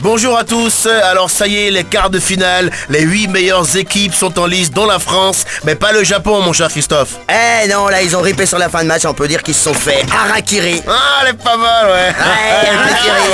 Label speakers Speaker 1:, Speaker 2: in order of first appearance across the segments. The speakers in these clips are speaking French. Speaker 1: Bonjour à tous, alors ça y est, les quarts de finale, les 8 meilleures équipes sont en lice, dont la France, mais pas le Japon mon cher Christophe.
Speaker 2: Eh non, là, ils ont ripé sur la fin de match, on peut dire qu'ils se sont fait harakiri.
Speaker 1: Ah, elle est pas mal, ouais.
Speaker 2: Ouais, harakiri,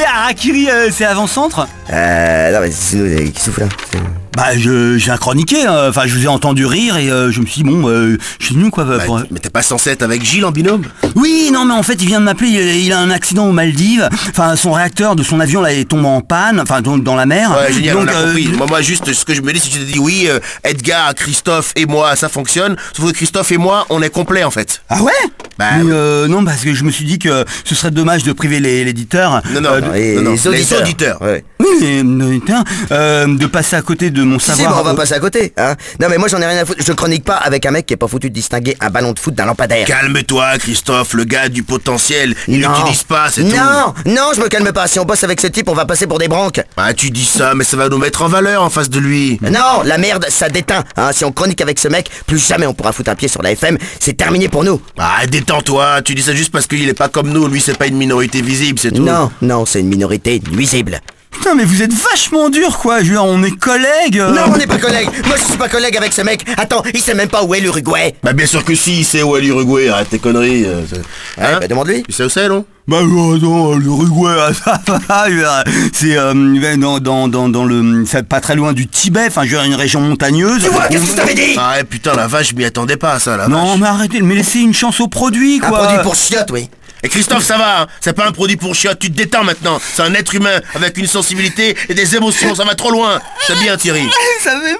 Speaker 3: Et Harakiri, euh, c'est avant-centre
Speaker 2: ouais. Euh, non, mais c'est nous, qui souffle hein. là
Speaker 3: Bah, je- j'ai un chroniqué, hein. enfin, je vous ai entendu rire et euh, je me suis dit, bon, euh, je suis venu quoi.
Speaker 1: Bah,
Speaker 3: pour-
Speaker 1: mais t'es pas censé être avec Gilles en binôme
Speaker 3: Oui, non, mais en fait, il vient de m'appeler, il, il a un accident aux Maldives, enfin, son réacteur de son avion là est tombé en panne, enfin, dans, dans la mer.
Speaker 1: Ouais, génial, on a
Speaker 3: euh,
Speaker 1: compris. Moi, moi, juste, ce que je me dis, si tu te dis oui, euh, Edgar, Christophe et moi, ça fonctionne, sauf que Christophe et moi, on est complet en fait.
Speaker 3: Ah ouais
Speaker 1: Bah,
Speaker 3: Mais,
Speaker 1: oui.
Speaker 3: euh, Non, parce que je me suis dit que ce serait dommage de priver les- l'éditeur.
Speaker 1: Non, non,
Speaker 3: euh,
Speaker 1: non,
Speaker 3: de-
Speaker 2: Et
Speaker 1: non, non,
Speaker 2: Ah les auditeurs. Ouais.
Speaker 3: Oui, mais, mais, tiens, euh, de passer à côté de mon
Speaker 2: Si, si,
Speaker 3: savoir.
Speaker 2: bon, on va passer à côté, hein. Non, mais moi, j'en ai rien à foutre. Je chronique pas avec un mec qui est pas foutu de distinguer un ballon de foot d'un lampadaire.
Speaker 1: Calme-toi, Christophe, le gars du potentiel, il
Speaker 2: Non.
Speaker 1: l'utilise pas, c'est tout.
Speaker 2: Non, non, je me calme pas. Si on bosse avec ce type, on va passer pour des branques.
Speaker 1: Ah, tu dis ça, mais ça va nous mettre en valeur en face de lui.
Speaker 2: Non, la merde, ça déteint. hein. Si on chronique avec ce mec, plus jamais on pourra foutre un pied sur la FM. C'est terminé pour nous.
Speaker 1: Ah, détends-toi, tu dis ça juste parce qu'il est pas comme nous, lui c'est pas une minorité visible, c'est tout.
Speaker 2: Non, non, c'est une minorité nuisible.
Speaker 3: Putain, mais vous êtes vachement dur, quoi. Je veux dire, on est collègues.
Speaker 1: Ah.
Speaker 3: euh.
Speaker 2: Non, on n'est pas collègues. Moi, je suis pas collègue avec ce mec. Attends, il sait même pas où est l'Uruguay.
Speaker 1: Bah bien sûr que si, il sait où est l'Uruguay, arrête tes conneries. euh, c'est- Hein
Speaker 2: bah, demande-lui.
Speaker 1: Tu sais où c'est, non
Speaker 3: Bah euh, non, euh, l'Uruguay, ah, ça va, je veux dire, c'est euh, ouais, dans, dans, dans, dans le, c'est pas très loin du Tibet, enfin je veux dire, une région montagneuse.
Speaker 2: Tu vois, qu'est-ce que je t'avais dit
Speaker 1: Ah ouais, putain, la vache, je m'y attendais pas à ça, la
Speaker 3: non
Speaker 1: vache.
Speaker 3: mais arrêtez, mais laissez une chance au produit
Speaker 2: Un
Speaker 3: quoi.
Speaker 2: produit pour chiottes, oui.
Speaker 1: Et Christophe, ça va, hein c'est pas un produit pour chiottes, tu te détends maintenant. C'est un être humain, avec une sensibilité et des émotions, ça va trop loin. C'est bien, Thierry.
Speaker 3: Ça fait mal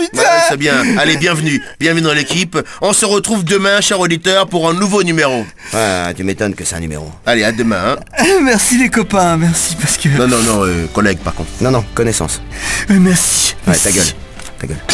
Speaker 1: Ouais,
Speaker 3: putain.
Speaker 1: c'est bien. Allez, bienvenue. Bienvenue dans l'équipe. On se retrouve demain, chers auditeurs, pour un nouveau numéro.
Speaker 2: Ah, tu m'étonnes que c'est un numéro.
Speaker 1: Allez, à demain. hein.
Speaker 3: Merci les copains, merci parce que.
Speaker 1: Non, non, non, euh, collègue, par contre.
Speaker 2: Non, non, connaissance.
Speaker 3: Merci.
Speaker 2: Ouais,
Speaker 3: merci.
Speaker 2: ta gueule. Ta gueule.